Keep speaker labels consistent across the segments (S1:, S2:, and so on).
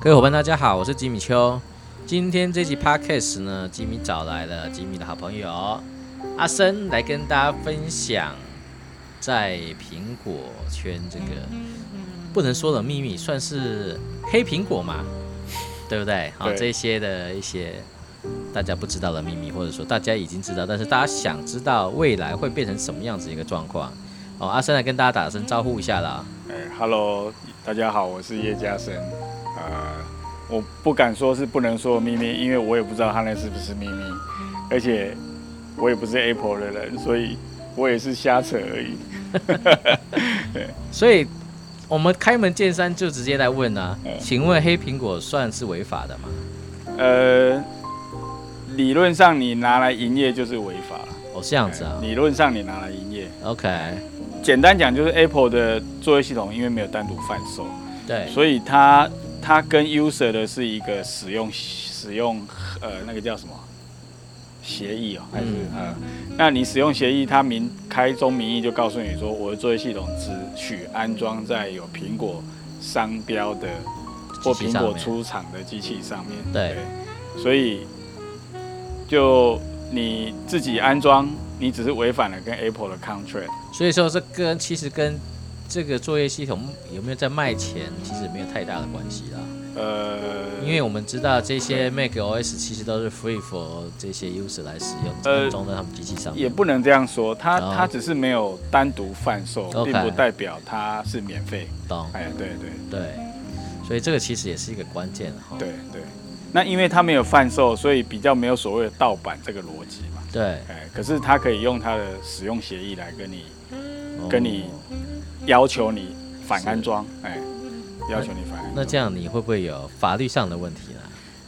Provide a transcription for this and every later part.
S1: 各位伙伴，大家好，我是吉米秋。今天这集 podcast 呢，吉米找来了吉米的好朋友阿生来跟大家分享在苹果圈这个不能说的秘密，算是黑苹果嘛，对不对？好，
S2: 对
S1: 这些的一些大家不知道的秘密，或者说大家已经知道，但是大家想知道未来会变成什么样子一个状况。哦，阿生来跟大家打声招呼一下啦。
S2: 哎，Hello，大家好，我是叶嘉生。呃，我不敢说是不能说的秘密，因为我也不知道他那是不是秘密，而且我也不是 Apple 的人，所以我也是瞎扯而已。
S1: 所以我们开门见山就直接来问啊
S2: 嗯，
S1: 请问黑苹果算是违法的吗？
S2: 呃，理论上你拿来营业就是违法了。
S1: 哦，这样子啊
S2: 哎理论上你拿来营业，
S1: ，OK，
S2: 简单讲就是 Apple 的作业系统，因为没有单独贩售，
S1: 对，
S2: 所以它它跟 user 的是一个使用使用呃那个叫什么协议哦，还是
S1: 嗯
S2: 呃，那你使用协议，它明开宗明义就告诉你说，我的作业系统只许安装在有苹果商标的或
S1: 机器
S2: 苹
S1: 上
S2: 果
S1: 面
S2: 出厂的机器上面。
S1: 对，
S2: 所以就你自己安装，你只是违反了跟 Apple 的 contract。
S1: 所以说这跟其实跟这个作业系统有没有在卖钱，其实没有太大的关系啦。
S2: 呃，
S1: 因为我们知道这些 Mac OS 其实都是 free for 这些 user 来使
S2: 呃
S1: 用，装在他们机器上
S2: 也
S1: 面。
S2: 不能这样说，它
S1: 哦
S2: 它只是没有单独贩售，
S1: OK
S2: 并不代表它是免费。
S1: 懂？
S2: 哎，对对
S1: 对，所以这个其实也是一个关键啊哈。
S2: 对对。那因为它没有贩售，所以比较没有所谓的盗版这个逻辑嘛。
S1: 对，
S2: 哎，可是它可以用它的使用协议来跟你
S1: 哦
S2: 跟你要求你反安装，哎，要求你反安
S1: 那
S2: 装。
S1: 这样你会不会有法律上的问题呢？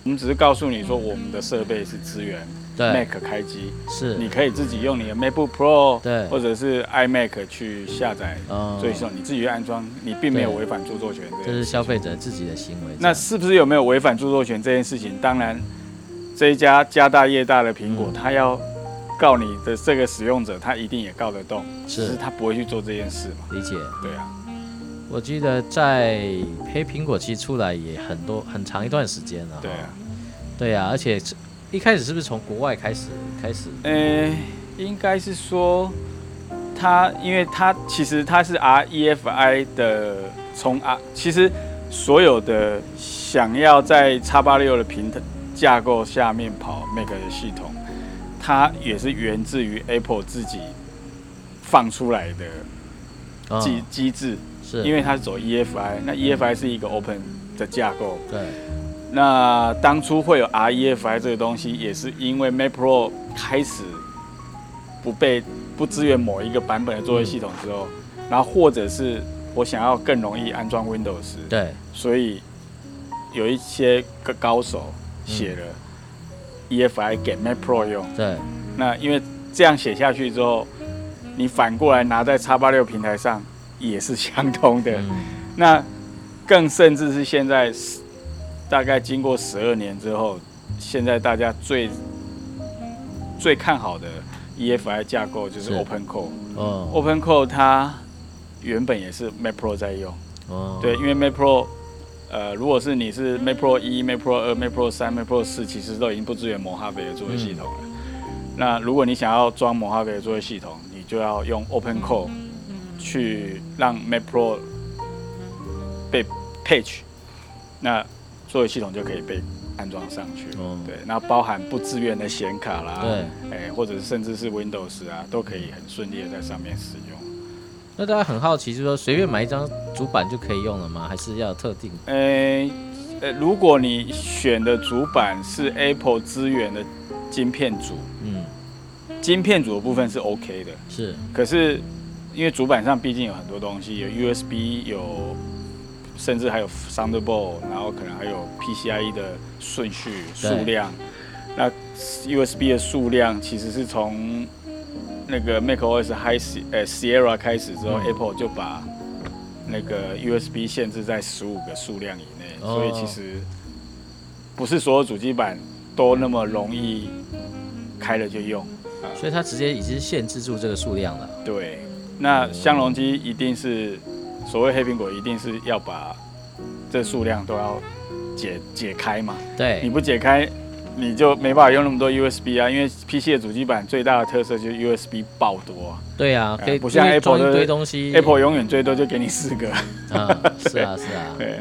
S2: 我们只是告诉你说，我们的设备是支援
S1: 对，
S2: Mac 开机，
S1: 是，
S2: 你可以自己用你的 MacBook Pro，
S1: 对
S2: 或者是 iMac 去下载
S1: 哦
S2: 所以说你自己去安装，你并没有
S1: 对
S2: 违反著作权
S1: 这
S2: 件
S1: 是
S2: 事
S1: 消费者自己的行为。
S2: 那是不是有没有违反著作权这件事情？当然，这一家家大业大的苹果
S1: 嗯，
S2: 他要告你的这个使用者，他一定也告得动，只
S1: 是
S2: 是他不会去做这件事嘛？
S1: 理解。
S2: 对啊，
S1: 我记得在黑苹果期出来也很多很长一段时间了。
S2: 对啊，，
S1: 对啊，而且是一开始是不是从国外开始开始？
S2: 呃，应该是说他，因为他其实他是 REFI 的从啊，其实所有的想要在叉八六的平台架构下面跑 Mac 的系统，它也是源自于 Apple 自己放出来的
S1: 嗯
S2: 机机制，
S1: 是，
S2: 因
S1: 为
S2: 为它是走 EFI，那 EFI 是一个 Open 的架构，
S1: 对
S2: 那当初会有 REFI 这个东西，也是因为 Mac Pro 开始不被不支援某一个版本的作业系统之后，然后或者是我想要更容易安装 Windows，
S1: 对
S2: 所以有一些个高手写了 EFI 给 Mac Pro 用。
S1: 对，
S2: 那因为这样写下去之后，你反过来拿在 x 八六平台上也是相同的。
S1: 嗯，
S2: 那更甚至是现在十大概经过十二年之后，现在大家最最看好的 EFI 架构就是
S1: 是
S2: OpenCore。
S1: 哦
S2: OpenCore 它原本也是 Mac Pro 在用，
S1: 哦，
S2: 对，，因为 Mac Pro。呃，如果是你是 Mac Pro 一、Mac Pro 二、Mac Pro 三、Mac Pro 四，其实都已经不支援 Mojave 的作业系统了。
S1: 嗯
S2: 那如果你想要装 Mojave 的作业系统，你就要用 OpenCore
S1: 嗯
S2: 去让 Mac Pro 被 page，那作业系统就可以被安装上去。
S1: 哦
S2: 对，那包含不支援的显卡啦，
S1: 对，
S2: 哎、或者是甚至是 Windows 啊，都可以很顺利的在上面使用。
S1: 那大家很好奇，就是说随便买一张主板就可以用了吗？还是要特定？
S2: 哎、呃，如果你选的主板是 Apple 支援的晶片组，
S1: 嗯，
S2: 晶片组的部分是 OK 的，
S1: 是
S2: 可是因为主板上毕竟有很多东西，有 USB，有甚至还有 Thunderbolt，然后可能还有 PCIe E 的顺序
S1: 对
S2: 数量。那 USB 的数量其实是从那个 macOS High Si- 呃 Sierra 开始之后、
S1: 嗯
S2: a p p l e 就把那个 USB 限制在十五个数量以内，
S1: 哦
S2: 所以其实不是所有主机板都那么容易开了就用。
S1: 所以它直接已经限制住这个数量了。
S2: 对，那香容机一定是所谓黑苹果，一定是要把这数量都要解解开嘛。
S1: 对，
S2: 你不解开，你就没办法用那么多 USB 啊，因为 PC 的主机板最大的特色就是 USB 爆多、啊
S1: 对啊，
S2: 哎
S1: 可以
S2: 不像
S1: 故意
S2: Apple
S1: 装一
S2: 的
S1: 堆东西。
S2: ，Apple 永远最多就给你四个。
S1: 啊，是啊，是啊，
S2: 对，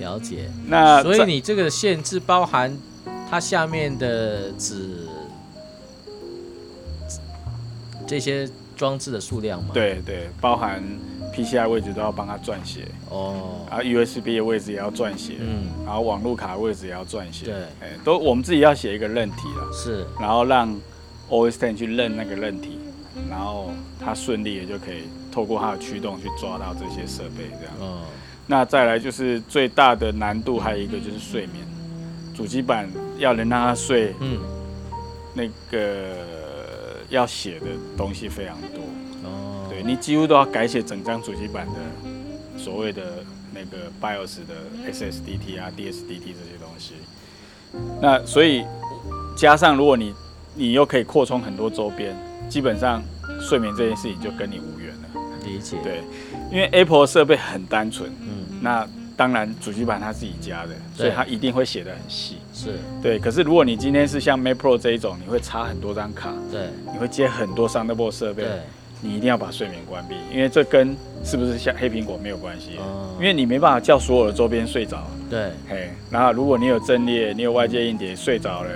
S1: 了解。
S2: 那
S1: 所以
S2: 呃在
S1: 你这个限制包含它下面的纸这些装置的数量吗？，
S2: 对对，包含 PCI 位置都要帮它撰写，啊
S1: 哦，
S2: 然后 USB 的位置也要撰写，
S1: 嗯，
S2: 然后网路卡的位置也要撰写。
S1: 对
S2: 哎、都我们自己要写一个韧体了，
S1: 是
S2: 然后让 OS Ten 去认那个韧体，然后它顺利的就可以透过它的驱动去抓到这些设备这样。
S1: 哦，
S2: 那再来就是最大的难度，还有一个就是睡眠，主机板要能让它睡，
S1: 嗯，
S2: 那个要写的东西非常多，
S1: 哦，
S2: 对你几乎都要改写整张主机板的所谓的那个 BIOS 的 SSDT 啊、DSDT 这些东西。那所以加上，如果你你又可以扩充很多周边，基本上睡眠这件事情就跟你无缘了。
S1: 理解，，
S2: 对，因为 Apple 的设备很单纯，
S1: 嗯，
S2: 那当然主机板它自己加的，所以它一定会写的很细。
S1: 是，
S2: 对，可是如果你今天是像 Mac Pro 这一种，你会插很多张卡，
S1: 对，
S2: 你会接很多 Thunderbolt 设备，
S1: 对，
S2: 你一定要把睡眠关闭，因为这跟是不是像黑苹果没有关系，
S1: 哦
S2: 因为你没办法叫所有的周边睡着。
S1: 对，
S2: 嘿，然后如果你有阵列，你有外界硬碟睡着了，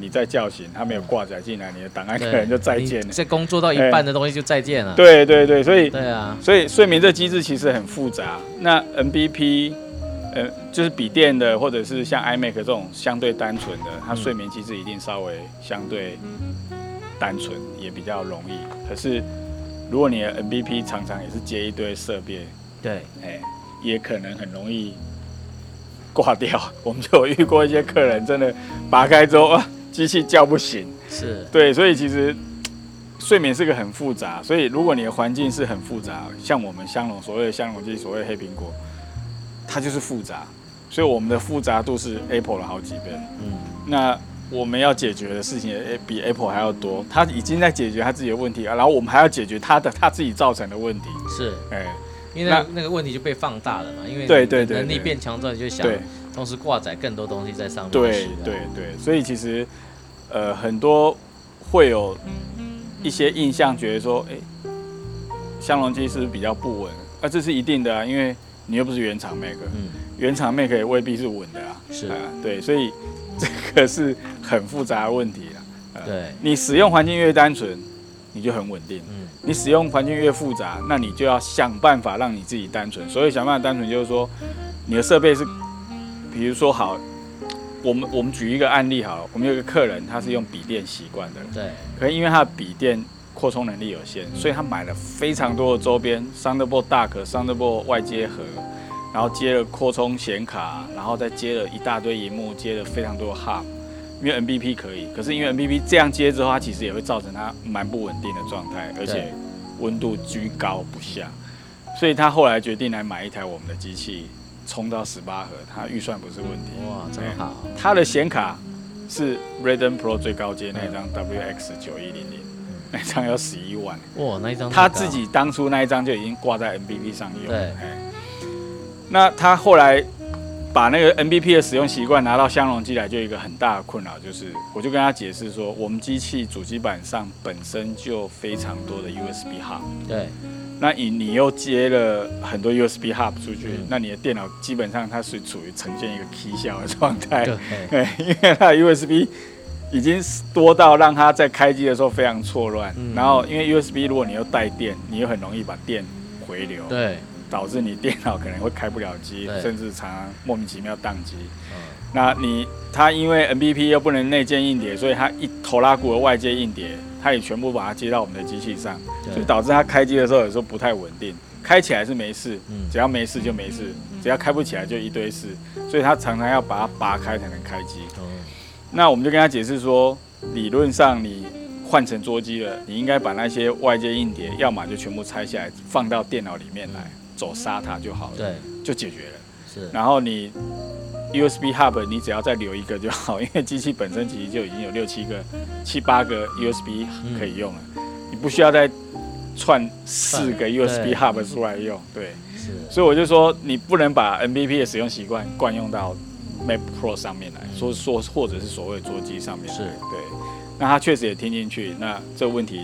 S2: 你再叫醒，它没有挂载进来，你的档案可
S1: 对
S2: 能就再
S1: 你
S2: 见了。
S1: 这工作到一半的东西就再见了。，
S2: 对对对，所以
S1: 对啊，
S2: 所以睡眠这机制其实很复杂。那 NBP，呃，就是笔电的或者是像 iMac 这种相对单纯的，它
S1: 嗯
S2: 睡眠机制一定稍微相对单纯，也比较容易。可是如果你的 NBP 常常也是接一堆设备，
S1: 对，
S2: 哎、也可能很容易挂掉。 我们就有遇过一些客人真的拔开之后，啊，机器叫不醒。
S1: 是，
S2: 对，所以其实睡眠是个很复杂，所以如果你的环境是很复杂，像我们香龙所谓的香龙机，所谓的黑苹果，它就是复杂，所以我们的复杂度是 Apple 的好几倍。
S1: 嗯，
S2: 那我们要解决的事情也比 Apple 还要多，它已经在解决它自己的问题，然后我们还要解决它的它自己造成的问题。
S1: 是，
S2: 哎、
S1: 因为那那个问题就被放大了嘛，因为
S2: 对
S1: 你
S2: 对
S1: 的
S2: 对
S1: 能力
S2: 对
S1: 变强之后，你就想
S2: 对
S1: 同时挂载更多东西在上面。
S2: 对
S1: 是的
S2: 对对，所以其实呃很多会有一些印象，觉得说，哎、香龙机是不是比较不稳？啊，这是一定的啊，因为你又不是原厂 Mac，
S1: 嗯，
S2: 原厂 Mac 也未必是稳的啊。
S1: 是
S2: 啊，对，所以这个是很复杂的问题啊。
S1: 对，
S2: 你使用环境越单纯，你就很稳定；
S1: 嗯，
S2: 你使用环境越复杂，那你就要想办法让你自己单纯。所以想办法单纯就是说，你的设备是，比如说好，我们我们举一个案例好了，我们有一个客人他是用笔电习惯的，
S1: 对，
S2: 可能因为他的笔电扩充能力有限，所以他买了非常多的周边，Thunderbolt 大壳、Thunderbolt 外接盒，然后接了扩充显卡，然后再接了一大堆荧幕，接了非常多的 Hub。因为 NBP 可以，可是因为 NBP 这样接之后，它其实也会造成它蛮不稳定的状态，而且温度居高不下，所以他后来决定来买一台我们的机器，冲到十八核，他预算不是问题。
S1: 哇，真好，
S2: 它的显卡是 Radeon Pro 最高阶那一
S1: 嗯
S2: 张 WX 九一零零，那一张要十一万。
S1: 哇，嗯那一张
S2: 他
S1: 太高
S2: 自己当初那一张就已经挂在 NBP 上用。
S1: 对
S2: 哎，那他后来把那个 NBP 的使用习惯拿到香容机来，就有一个很大的困扰，就是我就跟他解释说，我们机器主机板上本身就非常多的 USB hub，
S1: 对，
S2: 那你你又接了很多 USB hub 出去，
S1: 嗯
S2: 那你的电脑基本上它是处于呈现一个 K 效的状态。
S1: 对，
S2: 对，因为它的 USB 已经多到让它在开机的时候非常错乱。
S1: 嗯
S2: 然后，因为 USB 如果你又带电，你又很容易把电回流，
S1: 对，
S2: 导致你电脑可能会开不了机
S1: 对，
S2: 甚至常常莫名其妙宕机。
S1: 嗯，
S2: 那你它因为 NBP 又不能内建硬碟，所以它一头拉骨的外接硬碟，它也全部把它接到我们的机器上，所以
S1: 对，
S2: 导致它开机的时候有时候不太稳定。开起来是没事，
S1: 嗯
S2: 只要没事就没事，只要开不起来就一堆事，所以它常常要把它拔开才能开机。
S1: 嗯，
S2: 那我们就跟他解释说，理论上你换成桌机了，你应该把那些外接硬碟，要么就全部拆下来放到电脑里面来，走 SATA 就好了，
S1: 对，
S2: 就解决了。
S1: 是，
S2: 然后你 USB hub 你只要再留一个就好，因为机器本身其实就已经有六七个、七八个 USB
S1: 嗯
S2: 可以用了，你不需要再串四个
S1: 对
S2: USB hub 出来用。对，
S1: 是，
S2: 所以我就说你不能把 NBP 的使用习惯惯用到 Mac Pro 上面来，说说或者是所谓的桌机上面来
S1: 是
S2: 对。那他确实也听进去，那这个问题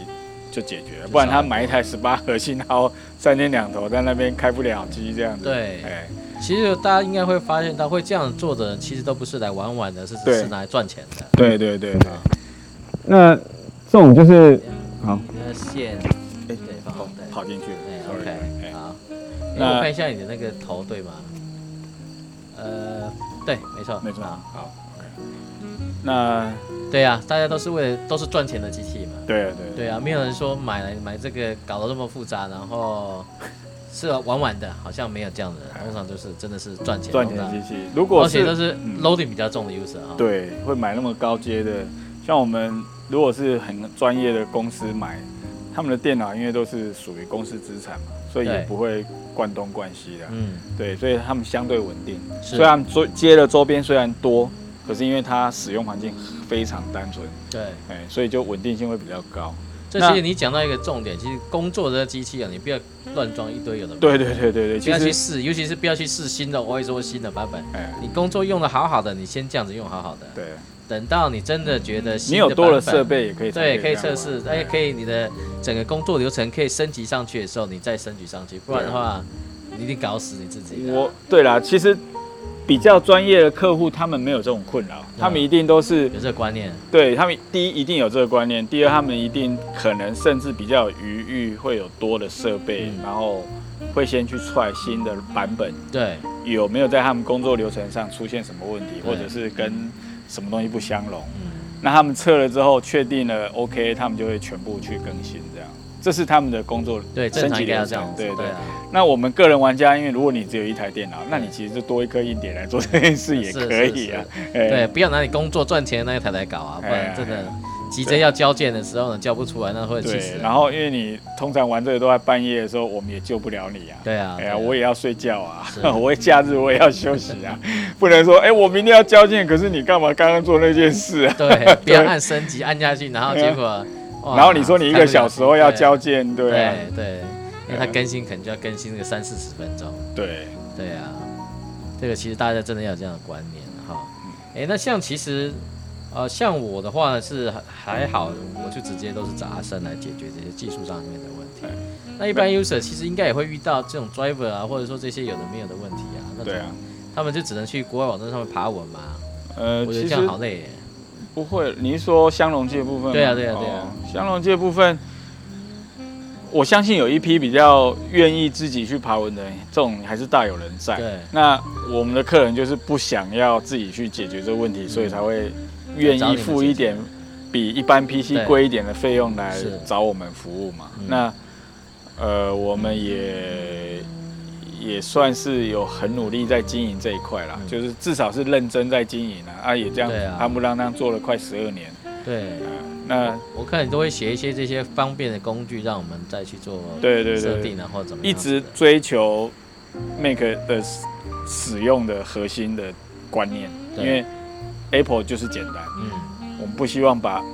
S2: 就解决了，不然他买一台十八核心，然后三天两头在那边开不了机这样子。
S1: 对
S2: 哎，
S1: 其实大家应该会发现，他会这样做的人，其实都不是来玩玩的，是只
S2: 对
S1: 是拿来赚钱的。
S2: 对对对对，
S3: 那这种就是好
S1: 你的线，
S2: 哎
S1: 对，放好
S2: 跑
S1: 对
S2: 跑进去了
S1: 哎
S2: ，sorry，
S1: ，OK，
S2: 哎，
S1: 好。
S2: 那
S1: 那我看一下你的那个头对吗？呃，对，没错，
S2: 没错，
S1: 啊
S2: 好，OK。那
S1: 对啊，大家都是为了都是赚钱的机器嘛。
S2: 对对对
S1: 对啊，没有人说买来买这个搞得那么复杂，然后是玩玩的，好像没有这样的人，通常就是真的是赚钱
S2: 哎赚钱
S1: 通常
S2: 机器，如果
S1: 而且都
S2: 是
S1: 是
S2: 嗯
S1: loading 比较重的 user 啊、
S2: 对会买那么高阶的，像我们如果是很专业的公司买，他们的电脑因为都是属于公司资产嘛，所以也
S1: 对
S2: 不会灌东灌西的，
S1: 嗯，
S2: 对，所以他们相对啊稳定。
S1: 是
S2: 虽，然周接的周边虽然多，可是因为它使用环境非常单纯，
S1: 对。
S2: 哎，所以就稳定性会比较高。
S1: 这
S2: 那
S1: 其实你讲到一个重点，其实工作的机器啊，你不要乱装一堆有的没的，
S2: 对对对对对，
S1: 不要
S2: 其
S1: 去
S2: 实
S1: 试，尤其是不要去试新的，我也说新的版本。
S2: 哎，
S1: 你工作用的好好的，你先这样子用好好的，
S2: 对，
S1: 等到你真的觉得
S2: 你
S1: 新的
S2: 有多了
S1: 版本
S2: 设，备也可以才
S1: 对，可以
S2: 这
S1: 测
S2: 样
S1: 试，
S2: 玩
S1: 而且可以你的整个工作流程可以升级上去的时候，你再升级上去，不然的话，你一定搞死你自己的啊。
S2: 啊我对啦，其实比较专业的客户，他们没有这种困扰，他
S1: 嗯
S2: 们一定都是
S1: 有这个观念，
S2: 对他们第一一定有这个观念，第二他们一定可能甚至比较有余裕，会有多的设备，
S1: 嗯
S2: 然后会先去踹新的版本
S1: 对，
S2: 有没有在他们工作流程上出现什么问题，
S1: 对
S2: 或者是跟什么东西不相容。
S1: 嗯，
S2: 那他们测了之后确定了 OK，他们就会全部去更新这样。这是他们的工作
S1: 对，正
S2: 升
S1: 常
S2: 级
S1: 应该
S2: 流
S1: 要这
S2: 程
S1: 样，子，
S2: 对对
S1: 对啊，
S2: 那我们个人玩家，因为如果你只有一台电脑，那你
S1: 对
S2: 其实就多一颗硬碟来做这件事也
S1: 是
S2: 可以啊。哎
S1: 对，不要拿你工作赚钱的那一台来搞啊，不
S2: 哎
S1: 然
S2: 呀
S1: 真
S2: 哎
S1: 的
S2: 呀
S1: 急着要交件的时候呢，交不出来，那会气死
S2: 对，
S1: 人。
S2: 然后因为你通常玩这个都在半夜的时候，我们也救不了你啊。
S1: 对啊，
S2: 哎
S1: 对
S2: 呀，
S1: 啊
S2: 我也要睡觉啊
S1: 是，
S2: 我也假日我也要休息啊， 不能说哎、我明天要交件，可是你干嘛刚刚做那件事啊？
S1: 对，不要按升级，按下去，然后结果， 哇
S2: 嗯然后你说你一个小时后要交，件，
S1: 对
S2: 对啊
S1: 对对，因为它更新可能就要更新个三四十分钟，
S2: 对，
S1: 对啊，这个其实大家真的要有这样的观念哈。
S2: 嗯
S1: 哎，那像其实，呃，像我的话是还好，我就直接都是找阿生来解决这些技术上面的问
S2: 对
S1: 题。那一般 user 其实应该也会遇到这种 driver 啊，或者说这些有的没有的问题啊，那
S2: 对啊，
S1: 他们就只能去国外网站上面爬文嘛，
S2: 呃，
S1: 我觉
S2: 其
S1: 得这
S2: 实
S1: 样好累耶。
S2: 不会，你是说香容界部分吗？
S1: 对啊对啊对啊
S2: 哦香容界部分，我相信有一批比较愿意自己去爬文的人，这种还是大有人在。
S1: 对
S2: 那我们的客人就是不想要自己去解决这个问
S1: 嗯
S2: 题，所以才会愿意付一点比一般 PC 贵一点的费用来
S1: 是
S2: 找我们服务嘛
S1: 嗯。
S2: 那呃，我们也也算是有很努力在经营这一块啦，
S1: 嗯
S2: 就是至少是认真在经营啊，啊也这样
S1: 对啊
S2: 夯不啷当做了快十二年。
S1: 对。
S2: 呃那
S1: 我看你都会写一些这些方便的工具，让我们再去做
S2: 对对
S1: 设
S2: 对
S1: 定
S2: 对，
S1: 啊，或者怎么
S2: 一
S1: 样子
S2: 直
S1: 的
S2: 追求 Make 的使使用的核心的观念，
S1: 对
S2: 因为 Apple 就是简单。
S1: 嗯，
S2: 我们不希望把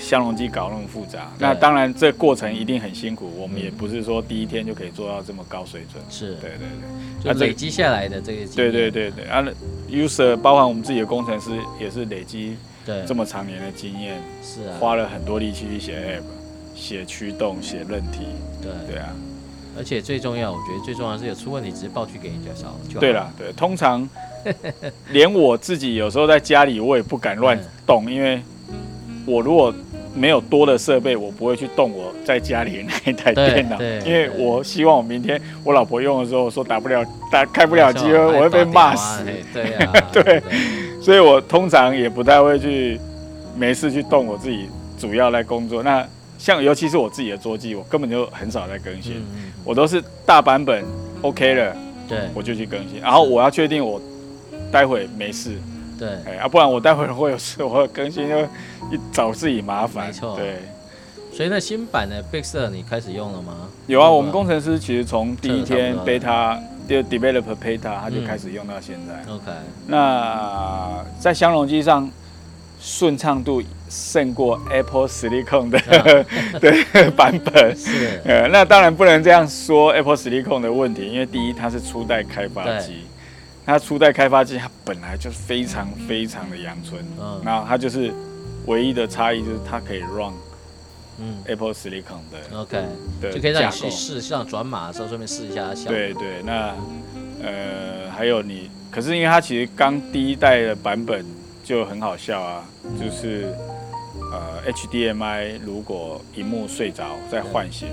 S2: 相容机搞那么复杂。
S1: 对
S2: 那当然，这过程一定很辛苦，我们
S1: 嗯
S2: 也不是说第一天就可以做到这么高水准。
S1: 是
S2: 对对
S1: 就
S2: 啊这
S1: 累积下来的这个经
S2: 对
S1: 验
S2: 对对对对啊！user 包含我们自己的工程师也是累积
S1: 对
S2: 这么长年的经验，
S1: 是啊，
S2: 花了很多力气去写 app、写驱动、写论题。
S1: 对，
S2: 对啊，
S1: 而且最重要，我觉得最重要的是有出问题直接报去给人家少就好
S2: 对，啦，对，通常连我自己有时候在家里我也不敢乱
S1: 嗯
S2: 动，因为我如果没有多的设备，我不会去动我在家里那一台
S1: 对
S2: 电脑
S1: 对，
S2: 因为
S1: 对
S2: 我希望我明天我老婆用的时候说打不了打开不了机会，我会被骂死，
S1: 哎对啊，
S2: 对
S1: 对
S2: 所以我通常也不太会去没事去动我自己主要在工作。那像尤其是我自己的桌机，我根本就很少在更新，
S1: 嗯嗯
S2: 我都是大版本 OK 了。
S1: 对
S2: 我就去更新，然后我要确定我待会没事，
S1: 对，
S2: 哎、啊，不然我待会会有事，我更新就一找自己麻烦。
S1: 没错
S2: 对，
S1: 所以那新版的 Big Sur 你开始用了吗？
S2: 有啊，
S1: 用
S2: 我们
S1: 过
S2: 工程师其实从第一天
S1: 这个差不多
S2: beta 就 develop beta 他就
S1: 嗯
S2: 开始用到现在。
S1: OK，
S2: 那在相容机上顺畅度胜过 Apple Silicon 的、 的版本。
S1: 是
S2: 呃，那当然不能这样说 Apple Silicon 的问题，因为第一它是初代开发机，它初代开发机它本来就非常非常的阳春，
S1: 嗯
S2: 那它就是唯一的差异就是它可以 run
S1: 嗯
S2: Apple Silicon 的
S1: ，OK，
S2: 的
S1: 就可以让
S2: 架
S1: 你去。
S2: 构
S1: 试，像转码的时候顺便试一下它的效果。
S2: 对对，那呃还有你，可是因为它其实刚第一代的版本就很好笑啊，就是呃 HDMI 如果荧幕睡着再唤醒，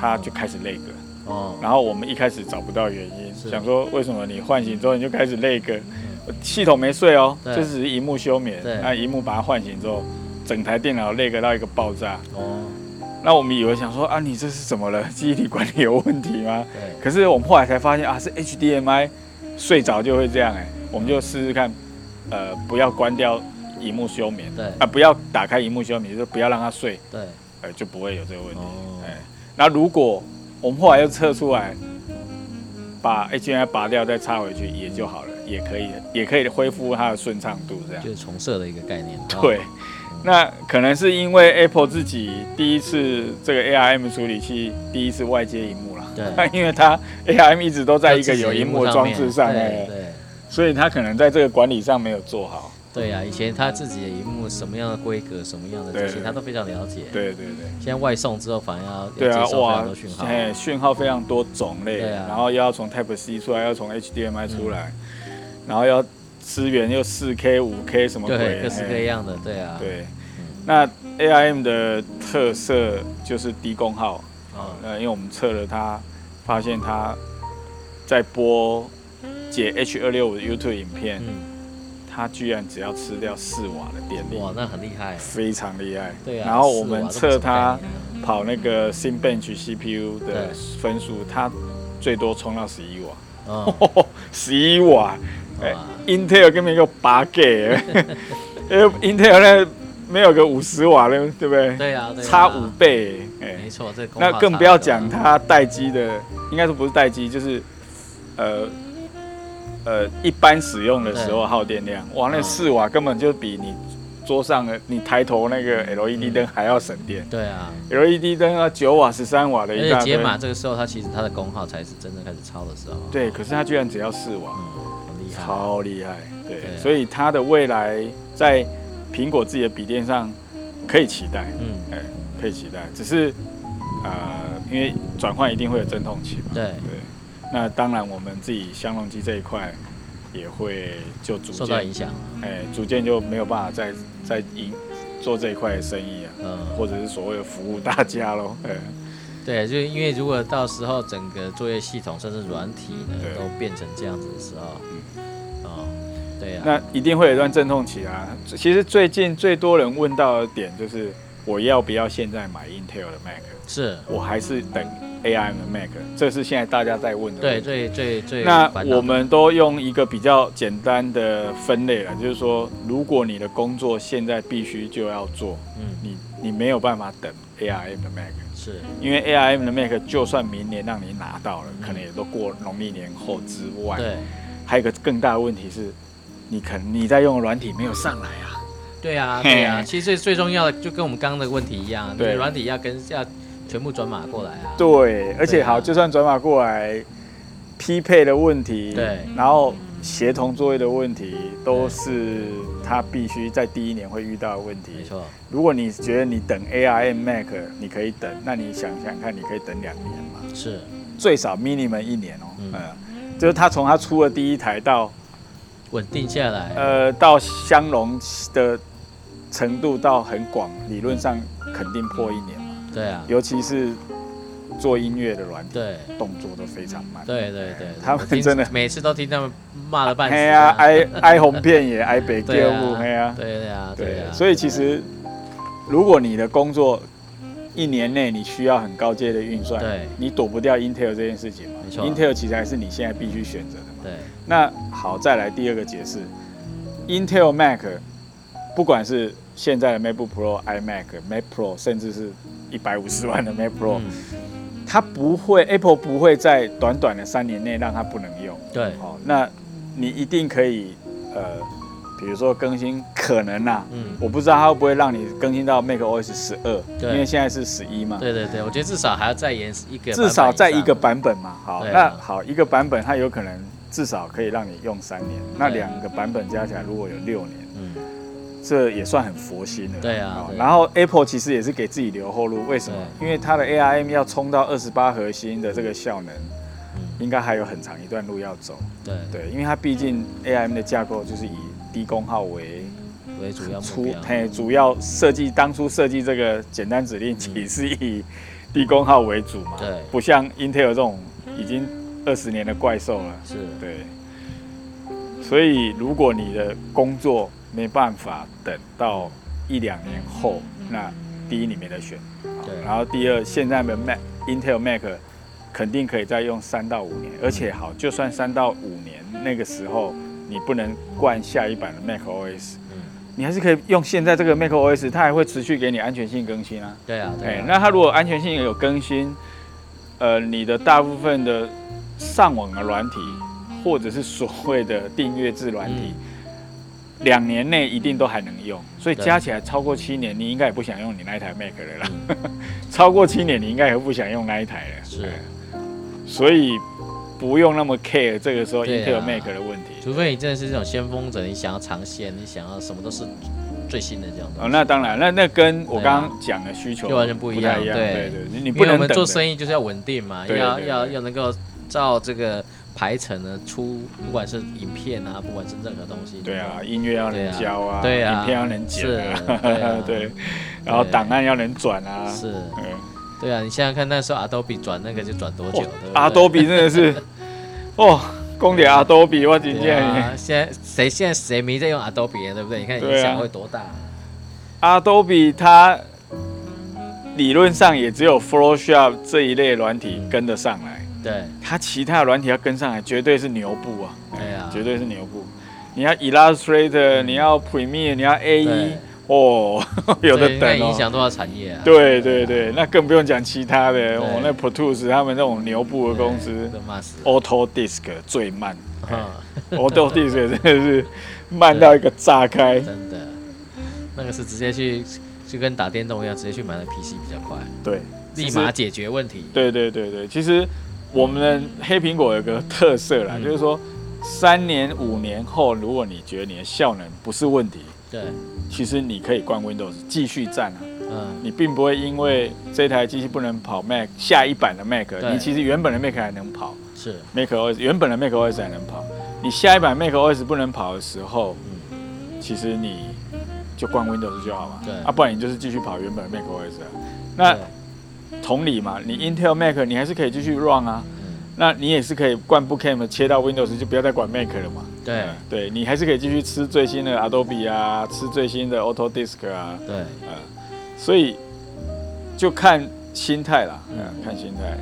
S2: 它就开始那个。
S1: 哦，
S2: 然后我们一开始找不到原因，
S1: 是
S2: 想说为什么你唤醒之后你就开始那个，系统没睡哦，
S1: 对
S2: 这只是荧幕休眠
S1: 对，
S2: 那荧幕把它唤醒之后，整台电脑那个到一个爆炸。
S1: 哦，
S2: 那我们以为想说啊，你这是怎么了？ 记忆体管理有问题吗？
S1: 对，
S2: 可是我们后来才发现啊，是 HDMI 睡着就会这样哎、我们就试试看，呃，不要关掉荧幕休眠，
S1: 对
S2: 啊，不要打开荧幕休眠，就是不要让它睡，
S1: 对，
S2: 呃，就不会有这个问题。
S1: 哦
S2: 哎，那如果我们后来又测出来，把 HDMI 拔掉再插回去也就好了，也可以，也可以恢复它的顺畅度这样
S1: 就。是重设的一个概念。啊
S2: 对，那可能是因为 Apple 自己第一次这个 ARM 处理器第一次外接荧幕了。
S1: 对，
S2: 因为它 ARM 一直都在一
S1: 自
S2: 个
S1: 己的
S2: 有荧
S1: 荧
S2: 幕的
S1: 上
S2: 装
S1: 面
S2: 置上，
S1: 对
S2: 哎，
S1: 对
S2: 所以它可能在这个管理上没有做好。
S1: 对啊呀，以前他自己的荧幕什么样的规格，什么样的这
S2: 对
S1: 些，他都非常了解。
S2: 对对对。
S1: 现在外送之后，反而要
S2: 对啊
S1: 要，接受非
S2: 哇
S1: 常多讯，号。
S2: 哎，讯号非常多种类，
S1: 对啊嗯
S2: 然后又要从 Type C 出来，要从 HDMI 出来，然后要支援又四 K、五 K 什么鬼，
S1: 对，各式各
S2: 嘿。
S1: 样的，对啊，
S2: 对，那 AIM 的特色就是低功耗，
S1: 啊，
S2: 呃，因为我们测了它，发现它在播解 H 二六五 YouTube 影片，
S1: 嗯，
S2: 它居然只要吃掉四瓦的电力，
S1: 哇，那很厉害，
S2: 非常厉害。
S1: 对啊。
S2: 然后
S1: 四
S2: 我
S1: 瓦
S2: 们
S1: 这
S2: 测
S1: 种
S2: 它
S1: 概。念啊
S2: 跑那个 Simbench CPU
S1: 对
S2: 的分数，它最多冲到十一
S1: 嗯，
S2: 瓦， 十一瓦，哎、
S1: 哇
S2: i n t e l 根本就八 G，因为 Intel 呢没有个五十瓦呢，对不对？
S1: 对啊，对啊
S2: 差五，倍，哎、
S1: 没错，这个功
S2: 那
S1: 耗
S2: 更
S1: 差
S2: 不要
S1: 很多啊
S2: 讲它待机的，应该说不是待机，就是呃呃一般使用的时候耗电量，哇，那
S1: 嗯
S2: 四瓦根本就比你桌上的你抬头那个
S1: 嗯
S2: LED 灯还要省电。
S1: 对啊，
S2: LED 灯啊，九瓦、十三瓦的
S1: 而
S2: 一
S1: 且
S2: 大
S1: 解
S2: 堆。
S1: 码这个时候，它其实它的功耗才是真正开始超的时候。
S2: 对，可是它居然只要四瓦，
S1: 嗯，很厉害。
S2: 超厉害。对，
S1: 对啊
S2: 所以它的未来在苹果自己的笔电上可以期待，
S1: 嗯，
S2: 哎、可以期待。只是呃，因为转换一定会有阵痛期嘛。
S1: 对，
S2: 对，那当然我们自己相容机这一块也会就逐
S1: 受
S2: 渐
S1: 到影响。
S2: 哎、逐渐就没有办法再再赢做这一块的生意啊，
S1: 嗯，
S2: 或者是所谓的服务大家喽。哎、
S1: 对，就是因为如果到时候整个作业系统甚至软体呢
S2: 对嗯
S1: 都变成这样子的时候，哦，对啊，
S2: 那一定会有一段阵痛期啊。其实最近最多人问到的点就是，我要不要现在买 Intel 的 Mac？
S1: 是，
S2: 我还是等 ARM 的 Mac？这是现在大家在问的。
S1: 对，。最最最
S2: 那
S1: 烦恼的
S2: 我们都用一个比较简单的分类了，就是说，如果你的工作现在必须就要做，
S1: 嗯
S2: 你你没有办法等 ARM 的 Mac，
S1: 是
S2: 因为 ARM 的 Mac 就算明年让你拿到了，可能也都过农历年后之外。
S1: 对
S2: 还有一个更大的问题是，你可能你在用的软体没有上来啊。
S1: 对啊对啊，
S2: 嘿
S1: 其实最最重要的就跟我们刚刚的问题一样，
S2: 对
S1: 你软体要跟要全部转码过来啊。
S2: 对，而且
S1: 对啊
S2: 好，就算转码过来，匹配的问题，
S1: 对
S2: 然后协同作业的问题，都是他必须在第一年会遇到的问题。
S1: 没错，
S2: 如果你觉得你等 ARM Mac 你可以等，那你想想看，你可以等两年嘛，
S1: 是
S2: 最少 minimum 一年哦。
S1: 嗯
S2: 嗯，就是他从他出了第一台到
S1: 稳定下来。
S2: 呃到相容的程度到很广，理论上肯定破一年嘛，
S1: 对啊，
S2: 尤其是做音乐的软体，
S1: 对
S2: 动作都非常慢。
S1: 对对对，
S2: 他
S1: 我
S2: 们
S1: 听
S2: 真的
S1: 每次都听他们骂了半死。
S2: 哎呀，
S1: 哎，
S2: 挨 挨红遍野，挨北
S1: 对
S2: 丢
S1: 啊
S2: 物，，哎呀，
S1: 对啊，
S2: 对
S1: 啊。，
S2: 所以其实如果你的工作一年内你需要很高阶的运算，
S1: 对
S2: 你躲不掉 Intel 这件事情嘛
S1: 没错
S2: ，Intel 其实还是你现在必须选择的嘛。
S1: 对
S2: 那好，再来第二个解释，Intel Mac，不管是现在的 MacBook Pro、iMac、Mac Pro，甚至是一百五十万的 Mac Pro，、
S1: 嗯
S2: 它不会 Apple 不会在短短的三年内让它不能用。
S1: 对，
S2: 好，那你一定可以，呃，比如说更新，可能呐、啊，
S1: 嗯，
S2: 我不知道它会不会让你更新到 Mac OS 十二，
S1: 对
S2: 因为现在是十一嘛，
S1: 对对对，我觉得至少还要再延一个版本以上，
S2: 至少在一个版本嘛。好，
S1: 对啊
S2: 那好，一个版本它有可能至少可以让你用三年。那
S1: 对
S2: 两个版本加起来，如果有六年，
S1: 嗯，
S2: 这也算很佛心了。
S1: 对啊
S2: 哦
S1: 对啊
S2: 然后 Apple 其实也是给自己留后路，为什么？因为它的 ARM 要冲到二十八核心的这个效能，
S1: 嗯
S2: 应该还有很长一段路要走。
S1: 对，
S2: 对，因为它毕竟 ARM 的架构就是以低功耗为
S1: 为主要目
S2: 出
S1: 标，
S2: 嘿，主要设计当初设计这个简单指令器是以低功耗为主嘛，
S1: 嗯对
S2: 不像 Intel 这种已经二十年的怪兽了，
S1: 是，
S2: 对。所以如果你的工作没办法等到一两年后，那第一你没得选，好
S1: 对啊
S2: 然后第二现在的 Mac Intel Mac 肯定可以再用三到五年，而且好，就算三到五年那个时候你不能灌下一版的 Mac OS。
S1: 嗯，
S2: 你还是可以用现在这个 macOS，它还会持续给你安全性更新啊。
S1: 对啊，对
S2: 哎、
S1: 啊，
S2: 那它如果安全性有更新，呃，你的大部分的上网的软体，或者是所谓的订阅制软体，
S1: 嗯
S2: 两、年内一定都还能用。所以
S1: 对
S2: 加起来超过七年，你应该也不想用你那一台 Mac 了啦。 超过七年，你应该也不想用那一台了。
S1: 嗯是
S2: 哎所以不用那么 care 这个时候
S1: 对啊
S2: Intel Mac 的问题。
S1: 除非你真的是这种先锋者，你想要尝鲜，你想要什么都是最新的这种东西。
S2: 哦，那当然，那那跟我
S1: 对啊
S2: 刚刚讲的需求
S1: 就完全不一样
S2: 太一样。
S1: 对
S2: 对对，你你
S1: 因
S2: 不
S1: 为我
S2: 能
S1: 们
S2: 等
S1: 做
S2: 的
S1: 生意就是要稳定嘛，
S2: 对
S1: 要
S2: 对对
S1: 要要能够照这个排程呢出，不管是影片啊，不管是任何东西。
S2: 对啊，，音乐要能教啊，
S1: 对啊对啊
S2: 影片要能剪啊，
S1: 是对啊
S2: 对，然后
S1: 对
S2: 档案要能转啊，
S1: 是，
S2: 嗯，
S1: 对啊，你想想看，那时候 Adobe 转那个就转多久，
S2: 哦
S1: 对不对
S2: ，Adobe 真的是，哦，公点 Adobe，我今
S1: 对
S2: 天
S1: 啊，现在谁现在谁没在用 Adobe 了，对不对？你看影
S2: 对啊
S1: 响会多大？
S2: Adobe 它理论上也只有 Photoshop 这一类软体跟得上来，
S1: 对，
S2: 它其他的软体要跟上来，绝对是牛步啊，
S1: 对啊，嗯
S2: 绝对是牛步。你要 Illustrator，你要 Premiere，你要 A
S1: 对
S2: E，哦， 有的
S1: 所以那
S2: 等哦
S1: 影。响多少产业啊？
S2: 对对对，那更不用讲其他的，
S1: 对
S2: 我们那 p r o t o s 他们那种牛步
S1: 对，
S2: 的公司
S1: 都骂死了。
S2: ，Auto Disc 最 慢
S1: 嗯
S2: ，Auto Disc 真的是慢到一个炸开。
S1: 真的，那个是直接去就跟打电动一样，直接去买那 PC 比较快，
S2: 对，
S1: 立马解决问题。
S2: 对对对对，其实我们的黑苹果有个特色啦，
S1: 嗯
S2: 就是说三年五年后，如果你觉得你的效能不是问题，
S1: 对，
S2: 其实你可以关 Windows 继续战啊。
S1: 嗯，
S2: 你并不会因为这台机器不能跑 Mac 下一版的 Mac，
S1: 对
S2: 你其实原本的 Mac 还能跑。
S1: 是，
S2: macOS 原本的 macOS 还能跑，你下一版 macOS 不能跑的时候，
S1: 嗯，
S2: 其实你就关 Windows 就好嘛。
S1: 对
S2: 啊，不然你就是继续跑原本的 macOS 啊。那
S1: 对
S2: 同理嘛，你 Intel Mac 你还是可以继续 run 啊，
S1: 嗯，
S2: 那你也是可以灌 Bootcamp 切到 Windows 就不要再管 Mac 了嘛。
S1: 对
S2: 嗯对，你还是可以继续吃最新的 Adobe 啊，吃最新的 Auto Disk 啊，
S1: 对，
S2: 所以就看心态啦，
S1: 嗯
S2: 嗯，看心态。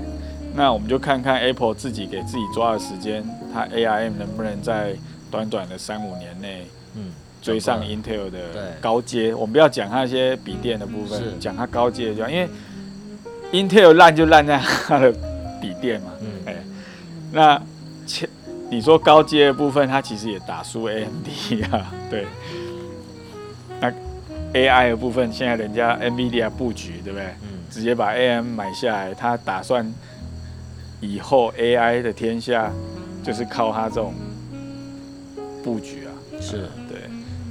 S2: 那我们就看看 Apple 自己给自己抓的时间，它 ARM 能不能在短短的三五年内
S1: 嗯，
S2: 追上
S1: 对对
S2: Intel 的高阶。我们不要讲它一些笔电的部
S1: 是
S2: 分，讲它高阶的地方，因为 Intel 烂就烂在它的笔电嘛。
S1: 嗯
S2: 哎、那切你说高阶的部分，它其实也打输 AMD 啊，对。那 AI 的部分，现在人家 NVIDIA 布局，对不对？
S1: 嗯，
S2: 直接把 AM 买下来，他打算以后 AI 的天下就是靠他这种布局啊。
S1: 是。
S2: 对，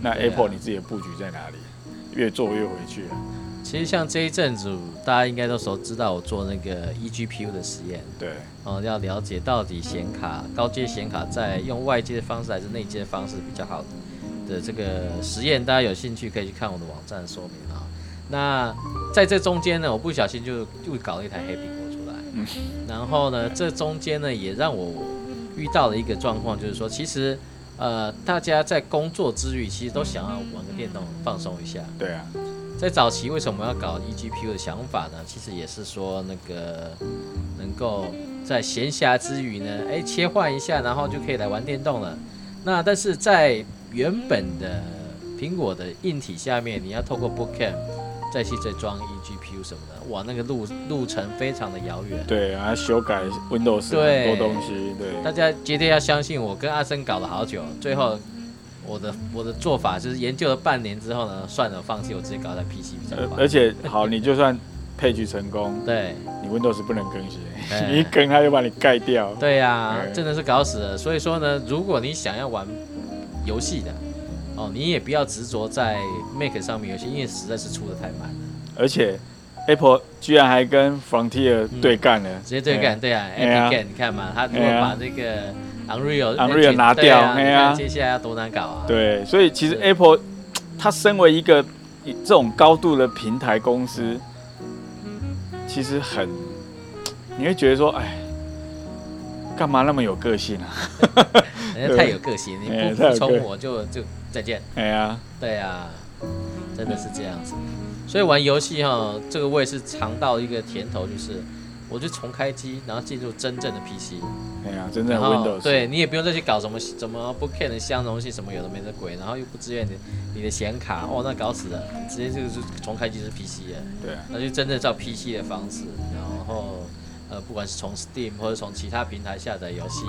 S2: 那
S1: 对啊
S2: Apple 你自己的布局在哪里？越做越回去啊了。
S1: 其实像这一阵子，大家应该都熟知道我做那个 E eGPU 的实验
S2: 对，
S1: 哦，要了解到底显卡高阶显卡在用外接的方式还是内接的方式比较好的这个实验，大家有兴趣可以去看我的网站说明啊。那在这中间呢，我不小心就又搞了一台黑苹果出来，
S2: 嗯
S1: 然后呢，这中间呢也让我遇到了一个状况，就是说其实呃大家在工作之余，其实都想要玩个电动放松一下，
S2: 对啊，
S1: 在早期为什么要搞 E eGPU 的想法呢？其实也是说那个能够在闲暇之余呢，哎，切换一下，然后就可以来玩电动了。那但是在原本的苹果的硬体下面，你要透过 Bootcamp 再去再装 E eGPU 什么的，哇，那个路路程非常的遥远。
S2: 对啊，修改 Windows
S1: 对
S2: 很多东西，对
S1: 大家绝对要相信我，跟阿生搞了好久，最后我的我的做法就是研究了半年之后呢，算了，放弃，我直接搞在 PC 比较
S2: 呃，
S1: 快。
S2: 而且好，你就算配置成功，
S1: 对
S2: 你 Windows 不能更新，
S1: 哎
S2: 你一更它就把你盖掉。
S1: 对呀、
S2: 对
S1: 真的是搞死了。所以说呢，如果你想要玩游戏的，哦，你也不要执着在 Mac 上面游戏，因为实在是出的太慢了，
S2: 而且 Apple 居然还跟 Frontier 对干了，
S1: 直接对干，对啊
S2: 哎呀
S1: ，Epic Game，你看嘛，他如果
S2: 哎呀
S1: 把这个 Unreal
S2: Unreal
S1: Engine-
S2: 拿
S1: 对啊
S2: 掉哎
S1: 你
S2: 呀
S1: 看接下来要多难搞啊！
S2: 对，所以其实
S1: 是
S2: Apple 它身为一个这种高度的平台公司，其实很，你会觉得说，哎，干嘛那么有个性啊？
S1: 人家太有个性，你
S2: 哎
S1: 不
S2: 太有
S1: 服从
S2: 个
S1: 我就就再见。
S2: 哎呀，
S1: 对啊，真的是这样子。所以玩游戏哈，这个我也是尝到一个甜头，就是我就重开机，然后进入真正的 PC，
S2: 哎呀，真正
S1: 然
S2: 的
S1: 后
S2: Windows，
S1: 对你也不用再去搞什么什么 b o o k 的相容性什么有的没的鬼，然后又不支援你你的显卡，哦，那搞死了，直接就是重开机就是 PC 了，
S2: 对啊，
S1: 那就真正照 PC 的方式，然后呃，不管是从 Steam 或者从其他平台下载游戏，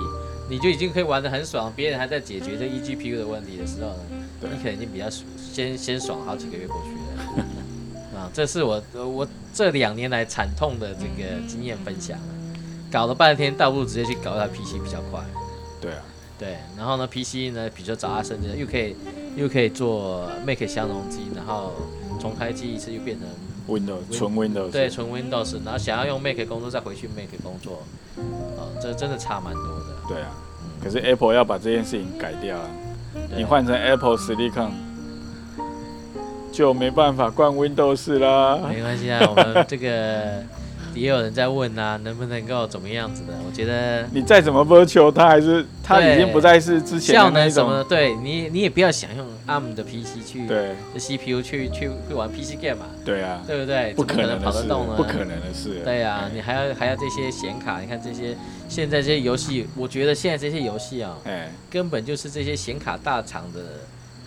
S1: 你就已经可以玩得很爽，别人还在解决这 E eGPU 的问题的时候呢，
S2: 对
S1: 你可能已经比较爽先先爽好几个月过去了。 啊，这是我我这两年来惨痛的这个经验分享啊，搞了半天，倒不如直接去搞一台 PC 比较快。
S2: 对啊，
S1: 对，然后呢，PC 呢，比如说找阿生的，又可以又可以做 Make 相容机，然后重开机一次又变成
S2: Windows 纯 Windows，
S1: 对，纯 Windows，然后想要用 Mac 工作再回去 Mac 工作，啊、这真的差蛮多的。
S2: 对啊。可是 Apple 要把这件事情改掉啊，
S1: 对
S2: 你换成 Apple Silicon 就没办法灌 Windows 啦。
S1: 没关系啊，我们这个 也有人在问啊，能不能够怎么样子的？我觉得
S2: 你再怎么 virtual，它还是它已经不再是之前
S1: 效
S2: 的那
S1: 能
S2: 一
S1: 什么
S2: 种
S1: 的，对你你也不要想用 ARM 的 PC 去
S2: 对
S1: 的 CPU 去去去玩 PC game 嘛，
S2: 对啊，
S1: 对不对？
S2: 不
S1: 怎
S2: 可
S1: 么可能
S2: 能
S1: 跑
S2: 的
S1: 得
S2: 事，
S1: 动呢？
S2: 不可能的事。
S1: 对呀、你还要还要这些显卡，你看这些现在这些游戏，我觉得现在这些游戏啊，
S2: 哎，
S1: 根本就是这些显卡大厂的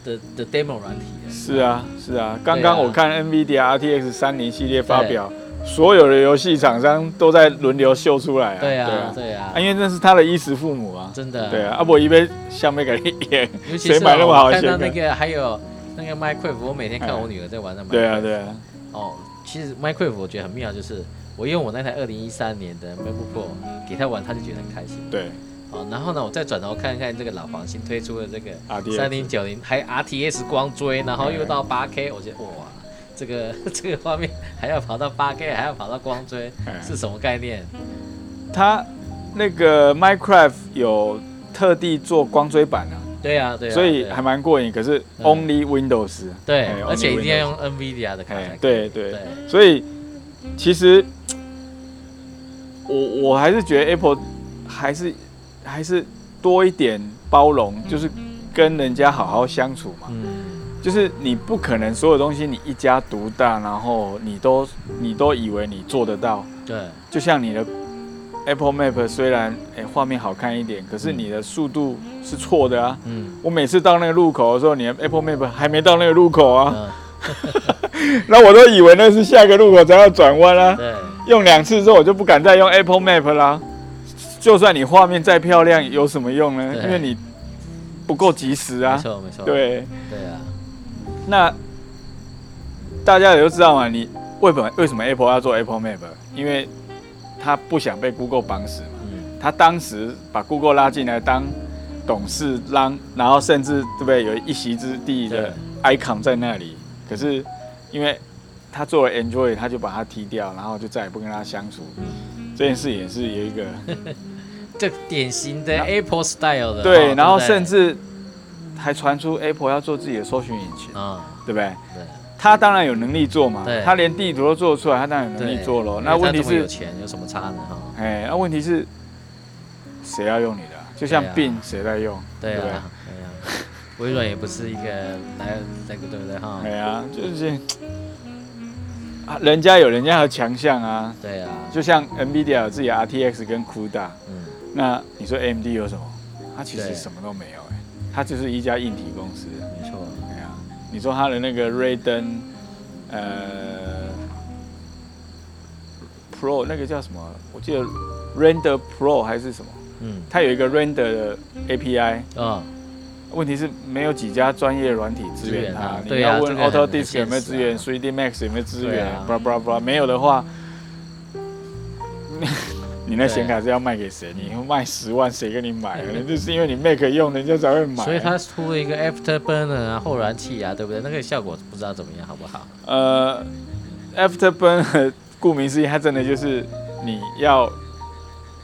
S1: 的的 demo 软体的。
S2: 是啊是啊，刚刚我看 NVIDIA RTX 三零系列发
S1: 对
S2: 表，所有的游戏厂商都在轮流秀出来啊。
S1: 对啊
S2: 啊，，
S1: 对啊
S2: 啊，，因为那是他的衣食父母啊。
S1: 真的。
S2: 对啊，啊，我一杯香没给你演。
S1: 尤其是
S2: 谁买那么好
S1: 我
S2: 的
S1: 看到
S2: 线
S1: 那
S2: 呢
S1: 个还有那个 Minecraft，我每天看
S2: 哎
S1: 我女儿在玩的 Minecraft。
S2: 对啊对啊，
S1: 哦，其实 Minecraft 我觉得很妙，就是我用我那台二零一三年的 MacBook Pro 给她玩，她就觉得很开心。
S2: 对
S1: 哦，然后呢，我再转头看看这个老黄新推出的这个
S2: RTX
S1: 三零九零，还 RTS 光追，然
S2: 哎
S1: 后又到八 K，我觉得哇，这个 这个画面还要跑到八 K，还要跑到光追，
S2: 哎
S1: 是什么概念？
S2: 他那个 Minecraft 有特地做光追版啊，
S1: 对啊，对啊，
S2: 所以
S1: 对啊
S2: 还蛮过瘾。可是
S1: 嗯
S2: Only Windows
S1: 对
S2: 哎，
S1: 而且
S2: only
S1: 一定要用 NVIDIA 的卡才可
S2: 哎
S1: 以。，
S2: 对对
S1: 对，
S2: 所以其实我我还是觉得 Apple 还是还是多一点包容，就是跟人家好好相处嘛。
S1: 嗯，
S2: 就是你不可能所有东西你一家独大，然后你都你都以为你做得到。
S1: 对，
S2: 就像你的 Apple Map 虽然哎画、面好看一点，可是你的速度是错的啊。
S1: 嗯，
S2: 我每次到那个路口的时候，你的 Apple Map 还没到那个路口啊，
S1: 嗯，
S2: 那我都以为那是下个路口才要转弯啊。
S1: 嗯对，
S2: 用两次之后，我就不敢再用 Apple Map 啦。就算你画面再漂亮，有什么用呢？
S1: 对
S2: 因为你不够及时
S1: 没
S2: 啊。
S1: 错没错，
S2: 对，
S1: 对啊，
S2: 那大家也都知道嘛，你为本为什么 Apple 要做 Apple Map？因为他不想被 Google 绑死嘛。
S1: 嗯，
S2: 他当时把 Google 拉进来当董事，让然后甚至对不对有一席之地的 icon 在那里。可是因为他做了 Android，他就把它踢掉，然后就再也不跟他相处。这件事也是有一个
S1: 这典型的
S2: 那
S1: Apple style 的，
S2: 对，
S1: 哦
S2: 然后
S1: 不对
S2: 甚至还传出 Apple 要做自己的搜寻引擎，
S1: 啊，
S2: 对不对？
S1: 对，
S2: 他当然有能力做嘛
S1: 对，
S2: 他连地图都做出来，他当然有能力
S1: 对
S2: 做
S1: 因
S2: 咯。
S1: 为
S2: 那问题
S1: 他这么
S2: 是
S1: 有，钱有什么差呢？哈，
S2: 哎，那问题是谁要用你的啊？就像
S1: 对啊
S2: 病谁在用，
S1: 对
S2: 不对？
S1: 啊，对啊，微软也不是一个来那个对不对哈
S2: 哎？呀，就是啊人家有人家的强项啊，
S1: 对啊，
S2: 就像 NVIDIA 有自己的 RTX 跟 CUDA，
S1: 嗯，
S2: 那你说 AMD 有什么？它其
S1: 对
S2: 实什么都没有哎、它就是一家硬体公司。
S1: 没错，
S2: 哎呀，你说它的那个 Radeon，呃，Pro 那个叫什么？我记得 Render Pro 还是什么？
S1: 嗯，
S2: 它有一个 Render 的 API，
S1: 哦，
S2: 问题是没有几家专业软体支
S1: 支
S2: 援
S1: 援它
S2: 它，你
S1: 对啊
S2: 要问
S1: 这个很
S2: AutoDisk 有没有支
S1: 很
S2: 援
S1: 现
S2: ，3D Max 有没有支
S1: 对
S2: 援
S1: 啊
S2: ，blah blah blah，没有的话， 你那
S1: 对
S2: 显卡是要卖给谁？你卖十万，谁给你买？人家就是因为你 Mac 用，人家才会买。
S1: 所以它出了一个 Afterburner 啊，后燃器啊，对不对？那个效果不知道怎么样，好不好？
S2: 呃，Afterburner，顾名思义，它真的就是你要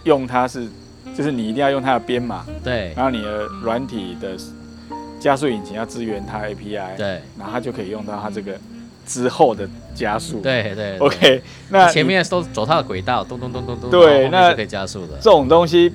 S2: 用它是，就是你一定要用它的编码，
S1: 对
S2: 然后你的软体的加速引擎要支援它 API，
S1: 对
S2: 然后它就可以用到它这个之后的加速。
S1: 对对。对
S2: OK，那
S1: 前
S2: 你
S1: 面都走它的轨道，咚咚咚咚咚，
S2: 对
S1: 然后后面
S2: 那
S1: 就可以加速的。
S2: 这种东西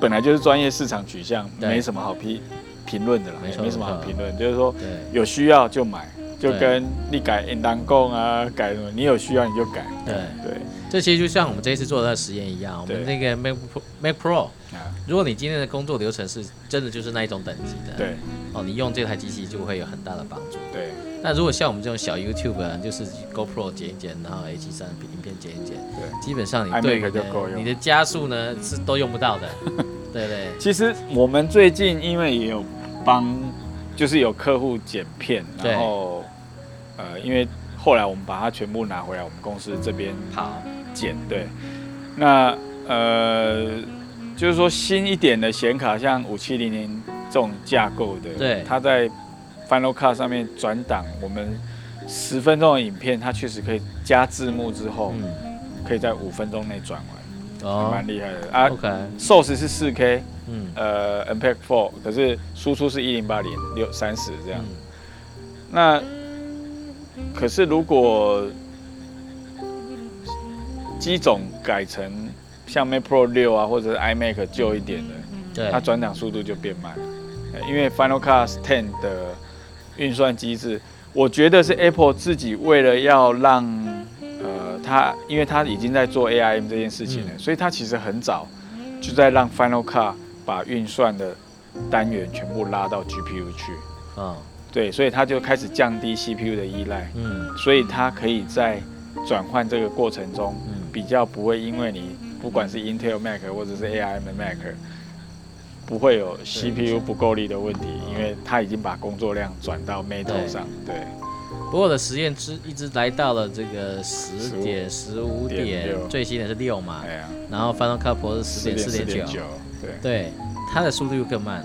S2: 本来就是专业市场取向，
S1: 对
S2: 没什么好批评论的啦，
S1: 没
S2: 也
S1: 错
S2: 没什么好
S1: 没错
S2: 评论，就是说
S1: 对
S2: 有需要就买，就
S1: 对
S2: 跟你改 N 当供啊，改什么，你有需要你就改。
S1: 对，
S2: 对。
S1: 这其实就像我们这一次做的实验一样，我们
S2: 哎对
S1: 那个 Mac Pro, Mac Pro，
S2: 啊，
S1: 如果你今天的工作流程是真的就是那一种等级的，，
S2: 对
S1: 哦，你用这台机器就会有很大的帮助。
S2: 对
S1: 那如果像我们这种小 YouTube 啊，就是 GoPro 剪一剪，然后 A 7 3影片剪一剪，
S2: 对，
S1: 基本上你
S2: iMac
S1: 对你
S2: 就
S1: 的
S2: 够用
S1: 你的加速呢是都用不 到的，对不对？
S2: 其实我们最近因为也有帮，就是有客户剪片，
S1: 对
S2: 然后呃，因为后来我们把它全部拿回来，我们公司这边
S1: 好，
S2: 剪。对，那呃，就是说新一点的显卡，像五七零零这种架构的，
S1: 对
S2: 它在 Final Cut 上面转档，我们十分钟的影片，它确实可以加字幕之后，
S1: 嗯，
S2: 可以在五分钟内转完，还
S1: 哦
S2: 嗯蛮厉害的啊。
S1: ，OK，
S2: source 是四 K，
S1: 嗯，
S2: 呃，Impact Four，可是输出是一零八零六三十这样。
S1: 嗯
S2: 那可是如果机种改成像 Mac Pro 六啊，或者是 iMac 旧一点的，
S1: 对
S2: 它，转档速度就变慢了，呃因为 Final Cut Ten 的运算机制，我觉得是 Apple 自己为了要让呃它，因为它已经在做 AIM 这件事情了，所以它其实很早就在让 Final Cut 把运算的单元全部拉到 GPU 去，
S1: 嗯
S2: 对，所以它就开始降低 CPU 的依赖，
S1: 嗯
S2: 所以它可以在转换这个过程中
S1: 嗯，
S2: 比较不会因为你不管是 Intel Mac 或者是 ARM 的 Mac，不会有 CPU 不够力的问题，因为它已经把工作量转到 Metal 上。对，
S1: 不过我的实验之一直来到了这个十
S2: 15
S1: 点十五点
S2: 点六，
S1: 最新的是六嘛，
S2: 哎呀，
S1: 然后 Final Cut Pro 是十点四
S2: 四
S1: 点
S2: 点
S1: 九
S2: 九，，对，
S1: 对，它的速度又更慢，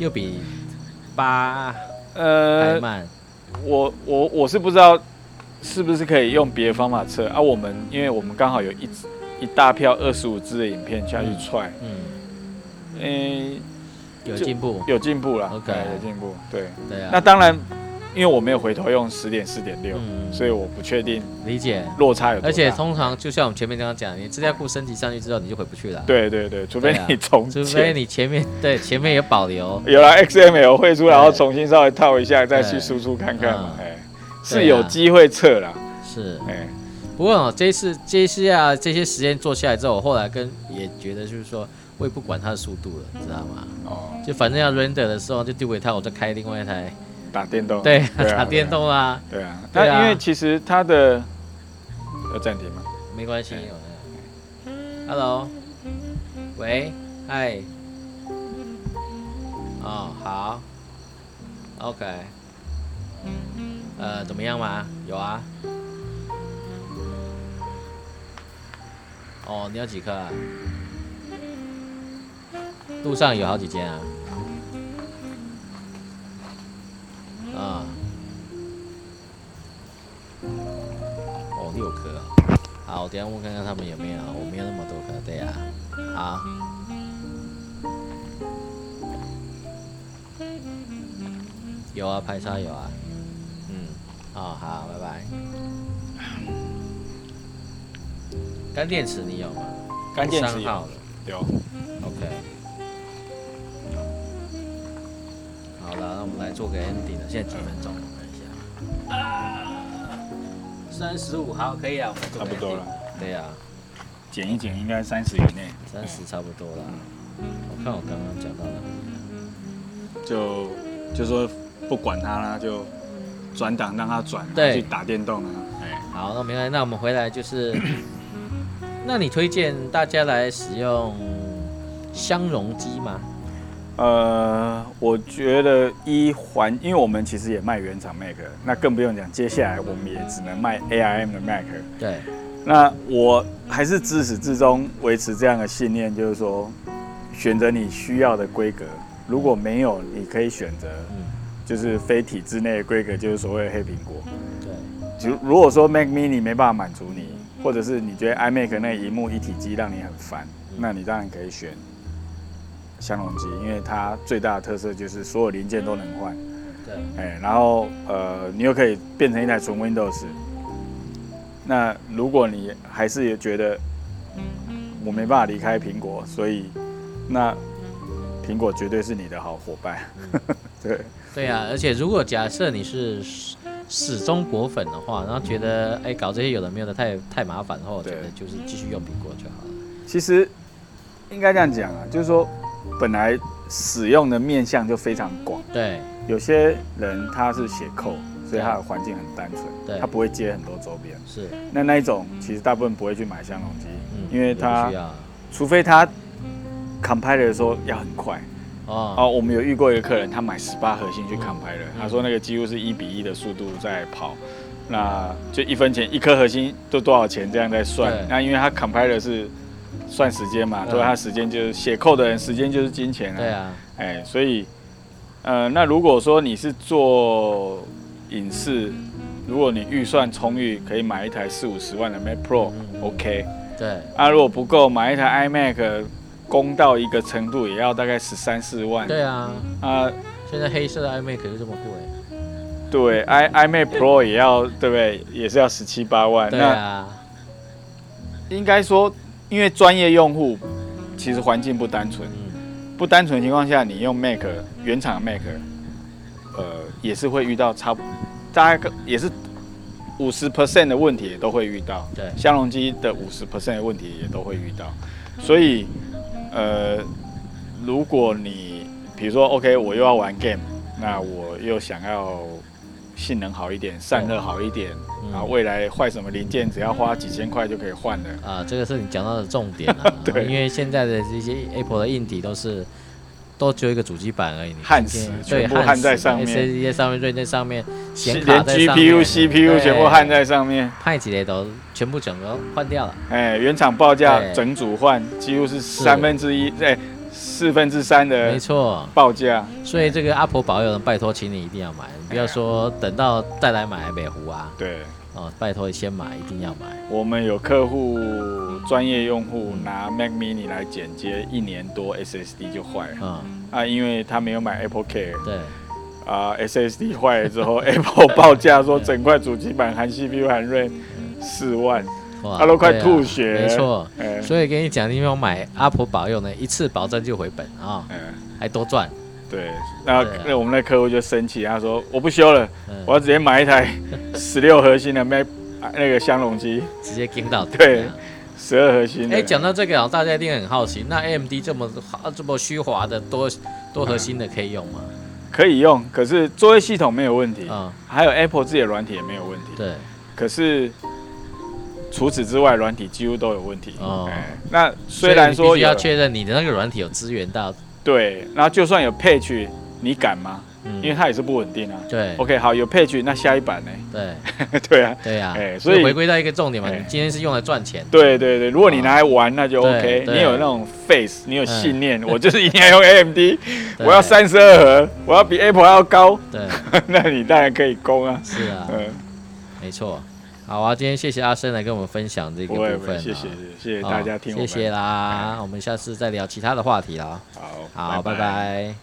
S1: 又比八还
S2: 呃，
S1: 慢，
S2: 我我我是不知道是不是可以用别的方法测啊。我们因为我们刚好有一一大票二十五支的影片下去踹，
S1: 嗯，
S2: 嗯、
S1: 有
S2: 就
S1: 进步，
S2: 有进步了
S1: OK
S2: 哎有进步，对。
S1: 对啊，
S2: 那当然，因为我没有回头用十点四点六，
S1: 嗯
S2: 所以我不确定
S1: 理解。
S2: 落差有多大。
S1: 而且通常就像我们前面刚刚讲，你资料库升级上去之后，你就回不去了。，
S2: 对对对，除非
S1: 对啊
S2: 你重
S1: 除
S2: 建，
S1: 非你前面对前面有保留，
S2: 有了 XML 绘出来，
S1: 对
S2: 然后重新稍微套一下，再
S1: 对
S2: 去输出看看嘛。
S1: 嗯
S2: 哎，是有机会测啦。
S1: 是。
S2: 哎，
S1: 不过、哦、这一次这些啊这些实验做下来之后，我后来跟也觉得就是说，我也不管它的速度了，知道吗？
S2: 哦，
S1: 就反正要 render 的时候就丢给他，我再开另外一台，
S2: 打电动，
S1: 对，
S2: 对啊
S1: 打电动啊，
S2: 对啊。
S1: 对啊
S2: 但因为其实它的要暂停吗？
S1: 没关系。
S2: 对
S1: 我那个 Hello，喂，嗨，哦，好，OK，呃，怎么样嘛？有啊。哦，你有几颗啊？路上有好几间啊。啊、哦，六颗啊。好，我等一下问看看他们有没有，我没有那么多颗，对呀、啊。好。有啊，拍照有啊。嗯，哦，好，拜拜。干电池你有吗？
S2: 干电池
S1: 三号的
S2: 有，
S1: ，OK。好了，那我们来做个 ending 了，现在几分钟？我看一下。三十五，好，可以啊，我们做
S2: 差
S1: 个
S2: 不多
S1: ending
S2: 了。
S1: 对啊呀、
S2: 减一减应该三十以内，
S1: 三十差不多啦。我看我刚刚讲到哪里
S2: 就就说不管它啦，就转档让它转，
S1: 对
S2: 去打电动啊。哎，
S1: 了？好，那没关系，那我们回来 就是，那你推荐大家来使用香容机吗？
S2: 呃，我觉得一环，因为我们其实也卖原厂 Mac，那更不用讲，接下来我们也只能卖 ARM 的 Mac。
S1: 对，
S2: 那我还是自始至终维持这样的信念，就是说，选择你需要的规格，如果没有，你可以选择
S1: 嗯，
S2: 就是非体制内的规格，就是所谓的黑苹果。
S1: 对，
S2: 如如果说 Mac Mini 没办法满足你，或者是你觉得 iMac 那一幕一体机让你很烦，那你当然可以选相容机，因为它最大的特色就是所有零件都能换，
S1: 对，
S2: 哎，然后呃，你又可以变成一台纯 Windows。那如果你还是觉得我没办法离开苹果，所以那苹果绝对是你的好伙伴。 对，
S1: 对啊，而且如果假设你是始始终果粉的话，然后觉得哎搞这些有的没有的太太麻烦的话，我觉
S2: 对
S1: 得就是继续用苹果就好了。
S2: 其实应该这样讲啊，就是说本来使用的面向就非常广，
S1: 对
S2: 有些人他是写扣，所以他的环境很单
S1: 对
S2: 纯，他不会接很多周边。
S1: 是，
S2: 那那一种其实大部分不会去买相容机，
S1: 嗯，
S2: 因为
S1: 也不
S2: 他
S1: 需要
S2: 除非他 compile 的时候要很快。
S1: 哦，
S2: 哦，我们有遇过一个客人，他买十八核心去 compile，他说那个几乎是一比一的速度在跑。那就一分钱一颗核心都多少钱这样在算
S1: 对？
S2: 那因为他 compile 是算时间嘛，
S1: 嗯
S2: 所以他时间就是写扣的人时间就是金钱啊。
S1: 对啊，
S2: 哎，所以，呃，那如果说你是做影视，如果你预算充裕，可以买一台四五十万的
S1: 嗯
S2: Mac
S1: 嗯
S2: Pro，OK、
S1: 对
S2: 啊，如果不够，买一台 iMac，攻到一个程度也要大概十三四万。
S1: 对啊，
S2: 啊，
S1: 现在黑色的 iMac 就这么贵。
S2: 对，i iMac Pro 也要对不对？也是要十七八万。
S1: 对啊，
S2: 那应该说，因为专业用户其实环境不单纯，
S1: 嗯，
S2: 不单纯的情况下，你用 Mac 原厂 Mac，呃，也是会遇到差不，大概也是五十 percent 的问题也都会遇到，
S1: 对
S2: 相容机的五十 percent 的问题也都会遇到，所以呃，如果你比如说 OK，我又要玩 game，那我又想要性能好一点，散热好一点，
S1: 嗯
S2: 啊，未来坏什么零件只要花几千块就可以换了。
S1: 啊，这个是你讲到的重点了、
S2: 对
S1: 因为现在的这些 Apple 的硬体都是都只有一个主机板而已，你
S2: 焊死
S1: 看见
S2: 全
S1: 对，
S2: 部焊在上面
S1: ，SSD 上面，锐在上面，显卡
S2: 连
S1: 在上面
S2: GPU、CPU 全部焊在上面，
S1: 派几雷都全部整个换掉了，
S2: 哎，原厂报价
S1: 对
S2: 整组换几乎是三分之一，哎，四分之三的
S1: 没错。
S2: 报价。
S1: 所以这个阿婆保佑人，拜托，请你一定要买，你不要说等到再来买美湖啊，
S2: 对，
S1: 哦，拜托先买，一定要买，
S2: 我们有客户专业用户拿 Mac Mini 来剪接，一年多 SSD 就坏了
S1: 嗯，
S2: 啊，因为他没有买 Apple Care
S1: 对，
S2: 啊，SSD 坏了 之后，Apple 报价说整块主机板含 CPU 含 RAM 四万，
S1: 哇，
S2: 他都快
S1: 对啊
S2: 吐血了
S1: 没错，
S2: 哎
S1: 所以给你讲，你有买阿婆保佑呢，一次保证就回本啊、
S2: 哎，
S1: 还多赚，
S2: 对，那
S1: 对啊
S2: 那我们的客户就生气，他说我不修了，
S1: 嗯
S2: 我，要直接买一台十六核心的 Mac 啊那个相容机。
S1: 直接盯 到底
S2: 对
S1: 这样
S2: 十二核心的。
S1: 哎，讲到这个啊，大家一定很好奇，那 AMD 这么好这么虚华的多多核心的可以用吗？
S2: 可以用，可是作业系统没有问题，
S1: 啊、
S2: 还有 Apple 自己的软体也没有问题。
S1: 对，
S2: 可是除此之外，软体几乎都有问题。
S1: 哦
S2: 哎那
S1: 所以
S2: 虽然
S1: 你
S2: 说
S1: 必须要
S2: 有
S1: 确认你的那个软体有支援到，
S2: 对，然后就算有 Page，你敢吗？
S1: 嗯，
S2: 因为它也是不稳定啊。
S1: 对
S2: OK，好，有 Page，那下一版呢？
S1: 对
S2: 对啊，
S1: 对呀、
S2: 哎
S1: 所
S2: 所以
S1: 回归到一个重点嘛，
S2: 哎
S1: 你今天是用来赚钱，
S2: 对对对，如果你拿来玩，那就
S1: 对
S2: OK。
S1: 对
S2: 你有那种 face，你有
S1: 嗯
S2: 信念，我就是一定要用 AMD，
S1: 对
S2: 我要，三十二核，我要比 Apple 还要高，
S1: 对，
S2: 那你当然可以攻啊。
S1: 是啊，
S2: 嗯，
S1: 没错。好啊，今天谢谢阿生来跟我们分享这个
S2: 不会
S1: 部
S2: 不
S1: 分、
S2: 会，
S1: 啊，
S2: 谢谢谢谢大家听我
S1: 好谢
S2: 们
S1: 谢啦，我们下次再聊其他的话题啦。
S2: 好，
S1: 好，拜
S2: 拜
S1: 拜